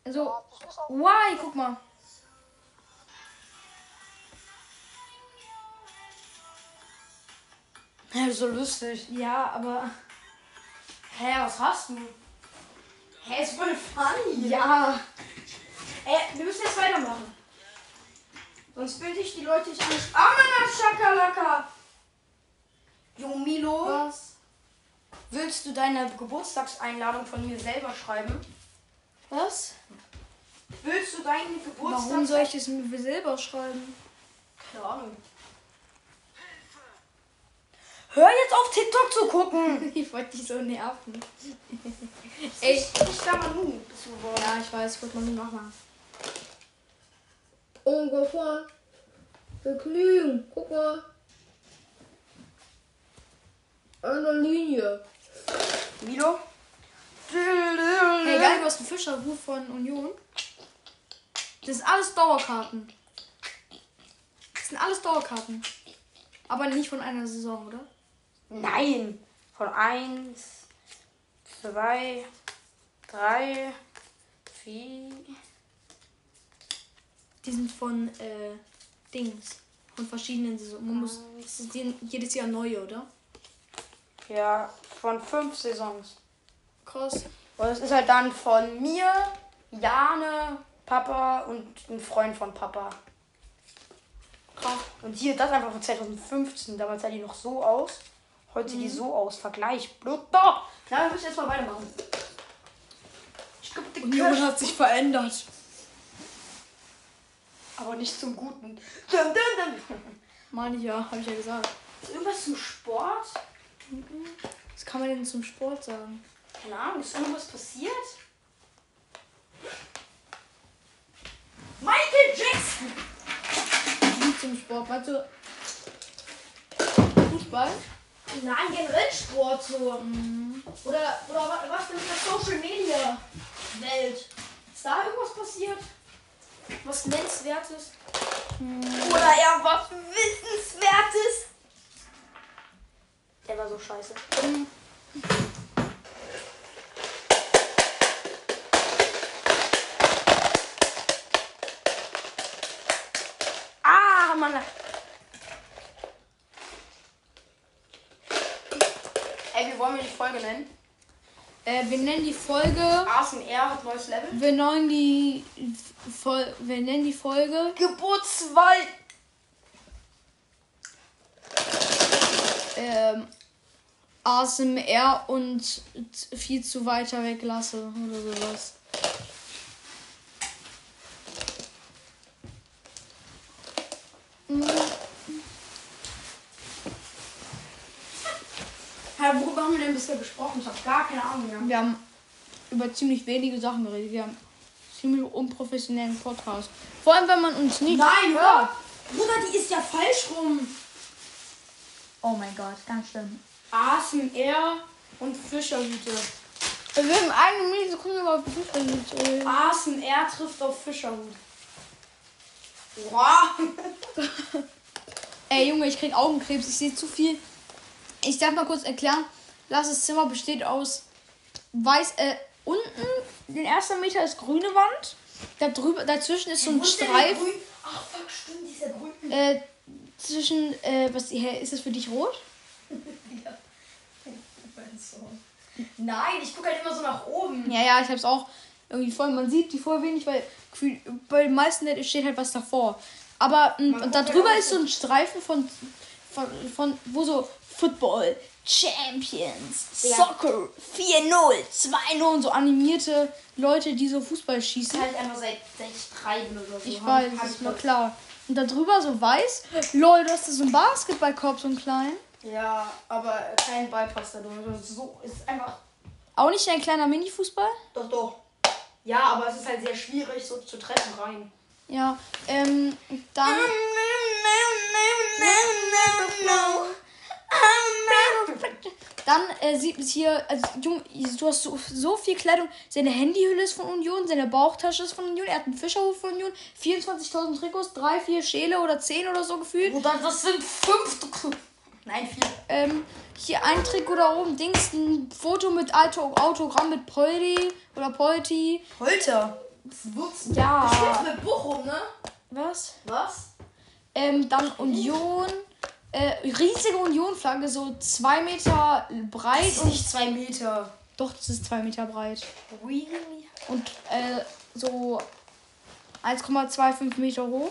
Speaker 2: Also, why? Guck mal.
Speaker 1: Hä, so lustig.
Speaker 2: Ja, aber.
Speaker 1: Hä, was hast du? Hä, ist voll funny.
Speaker 2: Ja.
Speaker 1: Äh, wir müssen jetzt weitermachen. Sonst will ich die Leute nicht. Ah, Mann, Schakalaka! Jo, Milo. Was? Willst du deine Geburtstagseinladung von mir selber schreiben?
Speaker 2: Was?
Speaker 1: Willst du deine
Speaker 2: Warum soll
Speaker 1: Geburtstagseinladung.
Speaker 2: ich das mit mir selber schreiben?
Speaker 1: Keine Ahnung.
Speaker 4: Hör jetzt auf TikTok zu gucken.
Speaker 2: Ich wollte dich so nerven.
Speaker 1: Ey, ich, ich da mal nu. bist du geworden.
Speaker 2: Ja, ich weiß, wollte man nur nachmachen.
Speaker 6: Ungefähr. Beklügen. Guck mal. An der Linie.
Speaker 1: Milo?
Speaker 2: Hey, geil, du hast einen Fischerruf von Union. Das sind alles Dauerkarten. Das sind alles Dauerkarten. Aber nicht von einer Saison, oder?
Speaker 5: Nein. Von 1, 2, 3, 4.
Speaker 2: Die sind von äh, Dings. Von verschiedenen Saisonen. Man muss. Es sind jeden- jedes Jahr neue, oder?
Speaker 5: Ja, von 5 Saisons.
Speaker 2: Krass.
Speaker 5: Und es ist halt dann von mir, Jane, Papa und ein Freund von Papa. Krass. Und hier das einfach von 2015. Damals sah die noch so aus. Heute sieht die so aus. Vergleich. Blut da. Na, wir müssen jetzt mal weitermachen. Ich geb die
Speaker 2: Union
Speaker 5: Kirche,
Speaker 2: hat sich verändert.
Speaker 5: aber nicht zum Guten. Dun, dun, dun.
Speaker 2: Mann, ja, habe ich ja gesagt.
Speaker 5: Irgendwas zum Sport?
Speaker 2: Was kann man denn zum Sport sagen?
Speaker 5: Keine Ahnung, ist irgendwas passiert? Michael Jackson!
Speaker 2: Wie zum Sport? Meinst du. Fußball?
Speaker 1: Nein, generell Sport so. Mhm. Oder, oder wa- was denn mit der Social Media Welt?
Speaker 5: Ist da irgendwas passiert?
Speaker 1: Was nennenswertes? Mhm.
Speaker 5: Oder eher was Wissenswertes. Der war so scheiße. Ah, Mann. Ey, wie wollen wir die Folge nennen?
Speaker 2: Äh, wir nennen die Folge.
Speaker 5: ASMR hat neues Level.
Speaker 2: Wir nennen die. Fol wir nennen die Folge.
Speaker 5: Geburtswald.
Speaker 2: Ähm. ASMR und z- viel zu weiter weg lasse oder sowas.
Speaker 5: Herr, worüber haben wir denn bisher gesprochen? Ich habe gar keine Ahnung mehr.
Speaker 2: Wir haben über ziemlich wenige Sachen geredet. Wir haben ziemlich unprofessionellen Podcast. Vor allem, wenn man uns nicht.
Speaker 5: Nein, hör!
Speaker 1: Bruder, die ist ja falsch rum.
Speaker 2: Oh mein Gott, ganz schlimm.
Speaker 5: ASMR und äh, Fischerhüte.
Speaker 2: Wir haben eine Millisekunde also über Fußball nicht reden.
Speaker 5: ASMR trifft auf Fischerhut. Wow.
Speaker 2: Ey Junge, ich krieg Augenkrebs, ich sehe zu viel. Ich darf mal kurz erklären. Lasses Zimmer besteht aus weiß, äh, unten, den ersten Meter ist grüne Wand. Da drüber, dazwischen ist so ein Streifen.
Speaker 1: Ach, fuck, stimmt, die ist ja grün.
Speaker 2: Äh, zwischen, äh, was, hä, ist das für dich rot?
Speaker 5: Nein, ich gucke halt immer so nach oben.
Speaker 2: Ja, ja, ich hab's auch irgendwie voll. Man sieht die voll wenig, weil gefühlt bei den meisten steht halt was davor. Aber m, und da drüber ist so ein Streifen von, von, von wo so Football, Champions, Soccer, 4-0, 2-0 und so animierte Leute, die so Fußball schießen.
Speaker 5: Halt einfach seit, seit ich drei bin oder so.
Speaker 2: Ich
Speaker 5: Hab-
Speaker 2: weiß,
Speaker 5: hab
Speaker 2: ist
Speaker 5: ich
Speaker 2: mir
Speaker 5: das.
Speaker 2: klar. Und da drüber so weiß. Lol, du hast da so einen Basketballkorb, so einen kleinen.
Speaker 5: Ja, aber kein Bypass da drin. Das ist So ist einfach.
Speaker 2: Auch nicht ein kleiner Mini-Fußball.
Speaker 5: Doch, doch. Ja, aber es ist halt sehr schwierig, so zu treffen rein.
Speaker 2: Ja, ähm, dann. Dann äh, sieht es hier, also Junge, du hast so, so viel Kleidung. Seine Handyhülle ist von Union, seine Bauchtasche ist von Union, er hat einen Fischerhut von Union, 24.000 Trikots, 3, 4 Schäle oder 10 oder so gefühlt.
Speaker 5: Bruder, Oh, das sind fünf. Dr- Nein, vier.
Speaker 2: Ähm, hier ein Trikot da oben, Dings, ein Foto mit Auto, Autogramm mit Poldi oder Polti.
Speaker 5: Polter. Wurz.
Speaker 2: Ja.
Speaker 5: Mit Bochum, ne?
Speaker 2: Was?
Speaker 5: Was?
Speaker 2: Ähm, dann Union. Äh, riesige Union-Flagge, so 2 Meter breit
Speaker 5: Das ist
Speaker 2: und
Speaker 5: nicht zwei Meter.
Speaker 2: Doch, das ist 2 Meter breit.
Speaker 5: Really?
Speaker 2: Und äh, so 1,25 Meter hoch.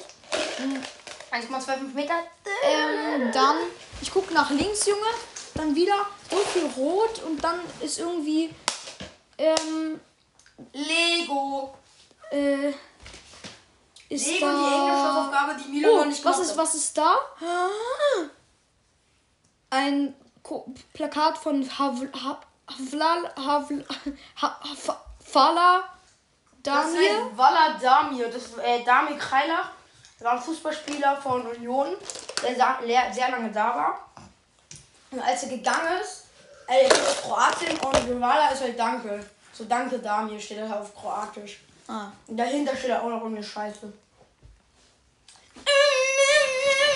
Speaker 5: 1,25 Meter.
Speaker 2: Ähm, dann, ich gucke nach links, Junge. Dann wieder so viel rot und dann ist irgendwie. Ähm,
Speaker 5: Lego.
Speaker 2: äh, ist
Speaker 5: Lego, die
Speaker 2: da.
Speaker 5: Englischhausaufgabe, die Milo
Speaker 2: Oh,
Speaker 5: noch nicht
Speaker 2: was
Speaker 5: gemacht
Speaker 2: ist,
Speaker 5: hat.
Speaker 2: was ist da? Ein Ko Plakat von Havl, Hav- Havlal, Havl, Ha- Ha- Fala
Speaker 5: Das
Speaker 2: Damir.
Speaker 5: heißt Walla Damir. Das, äh, Damir Kreilach war ein Fußballspieler von Union, der sa- le- sehr lange da war. Und als er gegangen ist, äh, er ist aus Kroatien und Walla ist halt Danke. So Danke Damir steht halt auf Kroatisch.
Speaker 2: Ah.
Speaker 5: Und dahinter steht halt auch noch irgendwie Scheiße.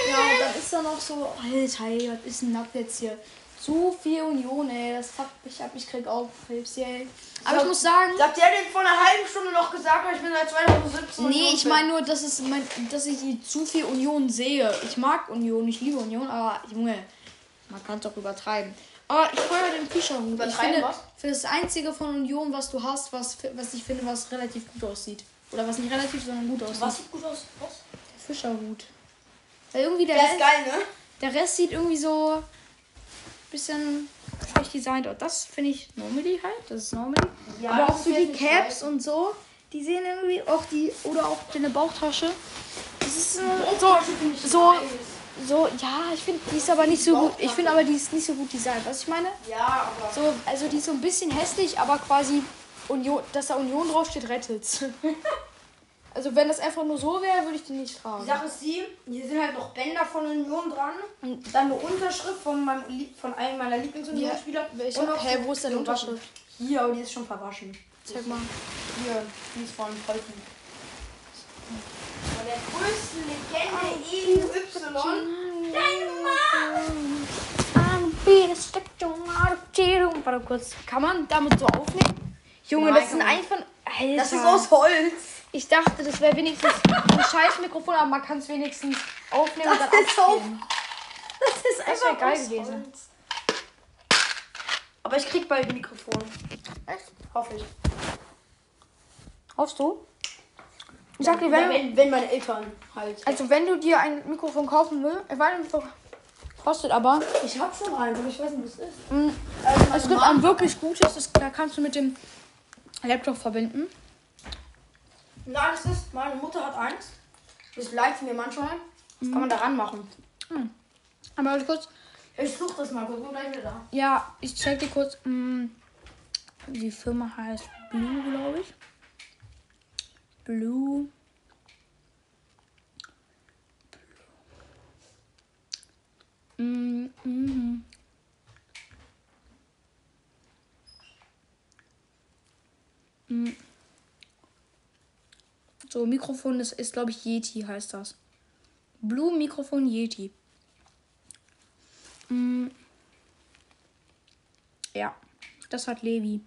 Speaker 2: Ja, und dann ist da noch so, Alter, ey, was ist denn das jetzt hier? So viel Union, ey. Das fuckt mich ab. Ich krieg Augenkrebs, ey. Aber ich muss sagen.
Speaker 5: Habt ihr denn vor einer halben Stunde noch gesagt, ich bin seit 2017?
Speaker 2: Nee, ich meine nur, dass, es mein, dass ich zu viel Union sehe. Ich mag Union, ich liebe Union, aber Junge, man kann es doch übertreiben. Aber ich feuer den Fischerhut.
Speaker 5: Übertreiben
Speaker 2: ich finde,
Speaker 5: was?
Speaker 2: Für das einzige von Union, was du hast, was, was ich finde, was relativ gut aussieht. Oder was nicht relativ, sondern gut aussieht.
Speaker 5: Was sieht gut aus? Was?
Speaker 2: Der Fischerhut. Weil irgendwie der,
Speaker 5: Der ist
Speaker 2: Rest,
Speaker 5: geil, ne?
Speaker 2: der Rest sieht irgendwie so ein bisschen schlecht designt aus. Das finde ich normally halt. Das ist normally.
Speaker 5: Ja,
Speaker 2: Aber
Speaker 5: das
Speaker 2: auch so
Speaker 5: ist
Speaker 2: die
Speaker 5: jetzt nicht
Speaker 2: Caps und so, die sehen irgendwie auch die, oder auch deine Bauchtasche. Das ist äh, so, so, so, ja, ich finde, die ist aber nicht so gut. Ich finde aber, die ist nicht so gut designt. Was ich meine?
Speaker 5: Ja, aber.
Speaker 2: So, also die ist so ein bisschen hässlich, aber quasi Union, dass da Union draufsteht, rettet's. Also wenn das einfach nur so wäre, würde ich die nicht
Speaker 5: Die
Speaker 2: tragen.
Speaker 5: Sache ist die, hier sind halt noch Bänder von Union dran, dann eine Unterschrift von, meinem, Lieb- von einem meiner Lieblings-Union-Spieler.
Speaker 2: Welche?
Speaker 5: und noch
Speaker 2: Hä,
Speaker 5: so
Speaker 2: wo ist denn die
Speaker 5: verwaschen.
Speaker 2: Unterschrift?
Speaker 5: Hier, aber die ist schon verwaschen.
Speaker 2: Zeig mal.
Speaker 5: Hier, die ist von Polten. Von der größten Legende EY.
Speaker 4: Ah, tá um
Speaker 2: Warte kurz. Kann man damit so aufnehmen? Junge,
Speaker 5: Nein,
Speaker 2: das sind
Speaker 5: kann man
Speaker 2: einfach. Alter.
Speaker 5: Das ist aus Holz.
Speaker 2: Ich dachte, das wäre wenigstens ein scheiß Mikrofon, aber man kann es wenigstens aufnehmen und dann
Speaker 5: Das ist auf.
Speaker 2: abspielen.
Speaker 5: Das ist
Speaker 2: Das wäre
Speaker 5: einfach
Speaker 2: geil
Speaker 5: aus
Speaker 2: gewesen.
Speaker 5: Holz. Aber ich krieg bald ein Mikrofon. Hoffe ich.
Speaker 2: Hoffst du? Ich sag dir,
Speaker 5: Wenn,
Speaker 2: wenn,
Speaker 5: wenn, wenn meine Eltern halt.
Speaker 2: also wenn du dir ein Mikrofon kaufen willst, ich weiß nicht, was das kostet aber.
Speaker 5: Ich hab schon eins, aber ich weiß nicht, was es ist.
Speaker 2: Mm,
Speaker 5: Also meine
Speaker 2: Es gibt
Speaker 5: Mom-
Speaker 2: ein wirklich gutes, das, da kannst du mit dem Laptop verbinden.
Speaker 5: Nein, das ist, meine Mutter hat eins. Das liked mir manchmal. Das kann man daran machen.
Speaker 2: Aber warte kurz,
Speaker 5: Ich such das mal, guck mal gleich wieder da.
Speaker 2: ja, ich zeig dir kurz, mm, die Firma heißt Blue, glaube ich. Blue. Mm, mhm. Mm. So, Mikrofon ist, ist glaube ich, Yeti heißt das. Blue Mikrofon Yeti. Mm. Ja, das hat Levi.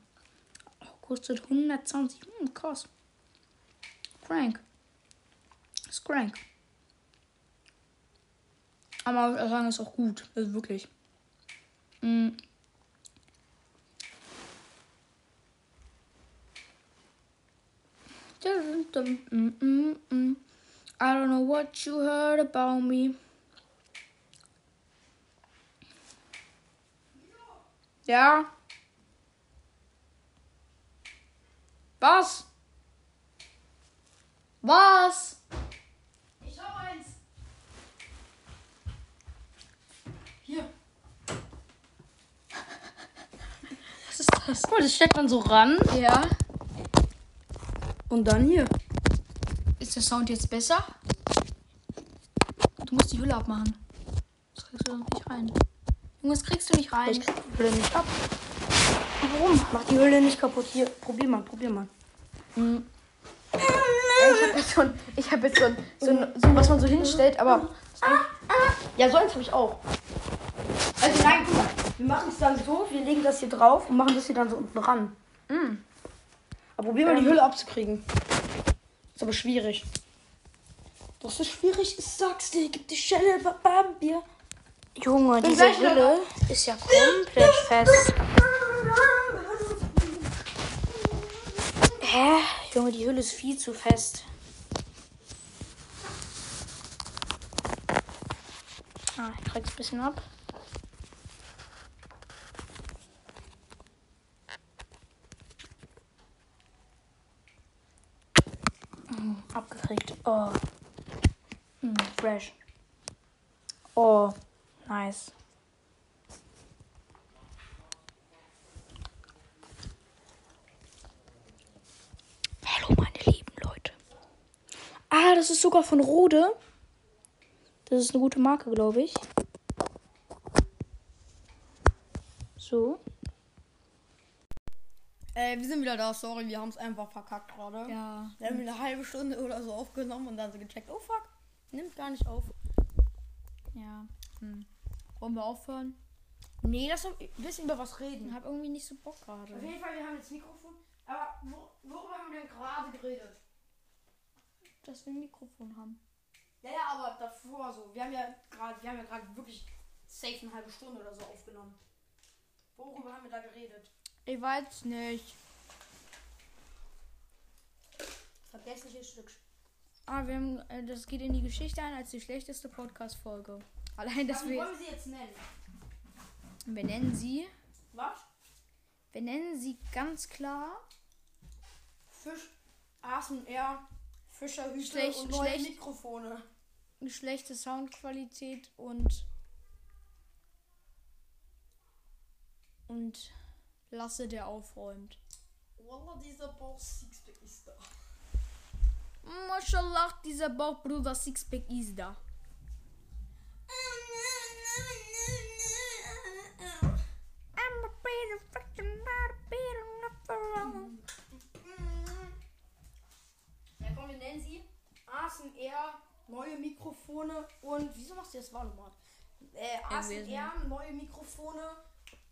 Speaker 2: Oh, kostet 120. Hm, krass. Crank. Ist crank. Aber ich muss sagen, ist auch gut. Also wirklich. Mm. Dum-dum-dum. Mm, mm, mm. I don't know what you heard about me. Ja. Was? Was?
Speaker 1: Ich hab eins.
Speaker 2: Was ist das? Guck mal, das steckt man so ran. Ja.
Speaker 4: Und dann hier.
Speaker 2: Ist der Sound jetzt besser? Du musst die Hülle abmachen. Das kriegst du sonst nicht rein. Junge, das kriegst du nicht rein.
Speaker 4: Ich krieg die Hülle nicht ab. Warum? Mach die Hülle nicht kaputt. Hier, probier mal, probier mal.
Speaker 7: Ey, ich habe jetzt so ein, ich hab jetzt so ein, so ein, so ein, was man so hinstellt, aber. Ja, so eins habe ich auch.
Speaker 5: Also nein, guck mal. Wir machen es dann so, wir legen das hier drauf und machen das hier dann so unten ran. Hm.
Speaker 4: Aber probier mal
Speaker 5: Ähm.
Speaker 4: die Hülle abzukriegen. Ist aber schwierig.
Speaker 5: Das ist schwierig, ich sag's dir. Gib die Schelle, bam, Bier.
Speaker 4: Junge, diese Hülle ist ja komplett fest. Hä? Junge, die Hülle ist viel zu fest. Ah, ich krieg's ein bisschen ab. Hm, Abgekriegt. Oh. Hm, fresh. Oh, nice. Hallo, meine lieben Leute.
Speaker 2: Ah, das ist sogar von Rode. Das ist eine gute Marke, glaube ich. So.
Speaker 5: Äh, wir sind wieder da, sorry, wir haben es einfach verkackt gerade.
Speaker 2: Ja.
Speaker 5: Wir haben eine halbe Stunde oder so aufgenommen und dann so gecheckt, oh fuck, nimmt gar nicht auf.
Speaker 2: Ja. Hm. Wollen wir aufhören?
Speaker 8: Nee, lass uns ein bisschen über was reden.
Speaker 2: Ich hab irgendwie nicht so Bock
Speaker 5: Auf
Speaker 2: gerade.
Speaker 5: jeden Fall, wir haben jetzt Mikrofon. Aber wo, worüber haben wir denn gerade geredet?
Speaker 2: Dass wir ein Mikrofon haben.
Speaker 5: Ja, ja, aber davor so. Wir haben ja gerade, wir haben ja gerade wirklich safe eine halbe Stunde oder so aufgenommen. Worüber haben wir da geredet?
Speaker 8: Ich weiß nicht.
Speaker 5: Vergessliches Stück.
Speaker 2: Ah, wir haben, äh, das geht in die Geschichte ein als die schlechteste Podcast-Folge. Allein, dass
Speaker 5: Aber wie
Speaker 2: wir.
Speaker 5: wollen wir sie jetzt nennen?
Speaker 2: Wir nennen sie.
Speaker 5: Was?
Speaker 2: Wir nennen sie ganz klar.
Speaker 5: Fisch, ASMR, Fischerhüte
Speaker 2: Schlecht-
Speaker 5: und neue
Speaker 2: schlecht.
Speaker 5: Mikrofone.
Speaker 2: eine schlechte Soundqualität und und Lasse, der aufräumt.
Speaker 5: Wallah, dieser Bauch Sixpack ist da.
Speaker 2: Mashallah, dieser Bauchbruder Sixpack ist da. I'm a better fucking not a better not for long.
Speaker 5: Ja, komm, wir nennen sie ASMR, neue Mikrofone und. Wieso machst du das Wahlnummer? Äh, ASMR, neue Mikrofone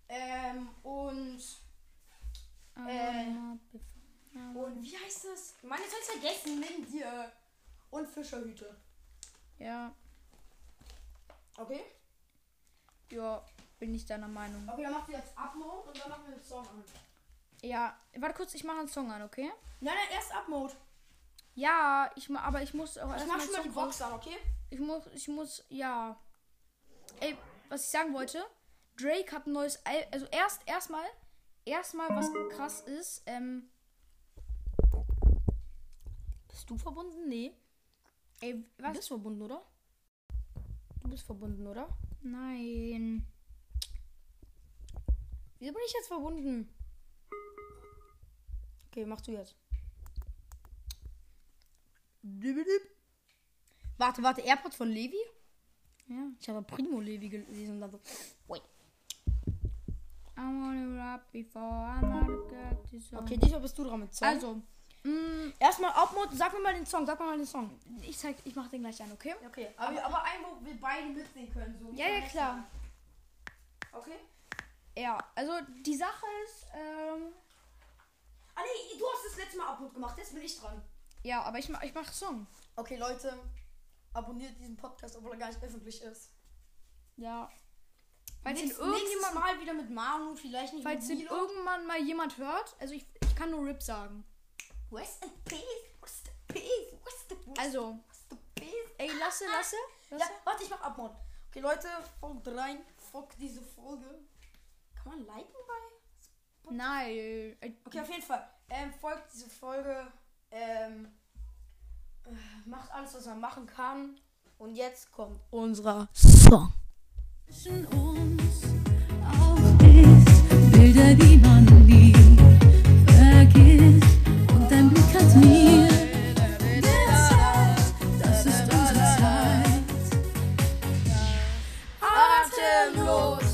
Speaker 5: ähm, und. Äh, und wie heißt es? Mann, jetzt hab ich's vergessen, nimm dir. Und Fischerhüte.
Speaker 2: Ja,
Speaker 5: Okay?
Speaker 2: ja, bin ich deiner Meinung.
Speaker 5: Okay, dann macht ihr jetzt Upmode und dann machen wir den Song an.
Speaker 2: Ja, warte kurz, ich mache einen Song an, okay?
Speaker 5: Nein, nein, erst Upmode.
Speaker 2: Ja, ich ma- aber ich muss auch
Speaker 5: Ich
Speaker 2: erst
Speaker 5: mach
Speaker 2: mal
Speaker 5: schon
Speaker 2: einen
Speaker 5: mal die
Speaker 2: Song raus-
Speaker 5: Box an, okay?
Speaker 2: Ich muss, ich muss, ja. Ey, was ich sagen wollte, Drake hat ein neues Al Also erst, erstmal, erstmal, was krass ist, ähm. Bist du verbunden? Nee. Ey, was? Du bist verbunden, oder?
Speaker 8: Du bist verbunden, oder?
Speaker 2: Nein.
Speaker 8: Wieso bin ich jetzt verbunden? Okay, machst du jetzt. Warte, warte, AirPods von Levi?
Speaker 2: Ja.
Speaker 8: Ich habe Primo Levi gelesen also, und dann so. Wait.
Speaker 2: I wanna rap before I'm out of got this song.
Speaker 8: Okay, diesmal bist du dran mit Song.
Speaker 2: Also, mm,
Speaker 8: erstmal Upmode, sag mir mal den Song, sag mir mal den Song.
Speaker 2: ich zeig, ich mach den gleich an, okay?
Speaker 5: Okay, aber, aber ein, wo wir beide mitsingen können. So
Speaker 2: Ja, ja, klar.
Speaker 5: Okay?
Speaker 2: Ja, also die Sache ist, ähm.
Speaker 5: Ah, nee, du hast das letzte Mal Upload gemacht, jetzt bin ich dran.
Speaker 2: Ja, aber ich mach, ich mach Song.
Speaker 5: Okay, Leute, abonniert diesen Podcast, obwohl er gar nicht öffentlich ist.
Speaker 2: Ja. Falls ihn
Speaker 5: Nächst- nächstes
Speaker 2: irgendjemand
Speaker 5: Mal wieder mit Manu, vielleicht nicht
Speaker 2: Falls
Speaker 5: mit
Speaker 2: den
Speaker 5: Milo.
Speaker 2: irgendwann mal jemand hört, also ich, ich kann nur RIP sagen.
Speaker 5: Rest in peace, rest in peace, rest in peace,
Speaker 2: Also,
Speaker 5: rest in peace.
Speaker 2: ey, lasse, lasse,
Speaker 5: Ja,
Speaker 2: lasse.
Speaker 5: warte, ich mach Abmord. Okay, Leute, folgt rein, folgt diese Folge. Kann man liken bei?
Speaker 2: Nein. Äh,
Speaker 5: Okay, auf jeden Fall. Ähm, folgt diese Folge. Ähm, äh, macht alles, was man machen kann. Und jetzt kommt unserer
Speaker 9: Song. Zwischen uns auch ist Bilder, die man nie vergisst. Und dein Blick hat mir gezeigt, das ist unsere Zeit.
Speaker 5: Atemlos.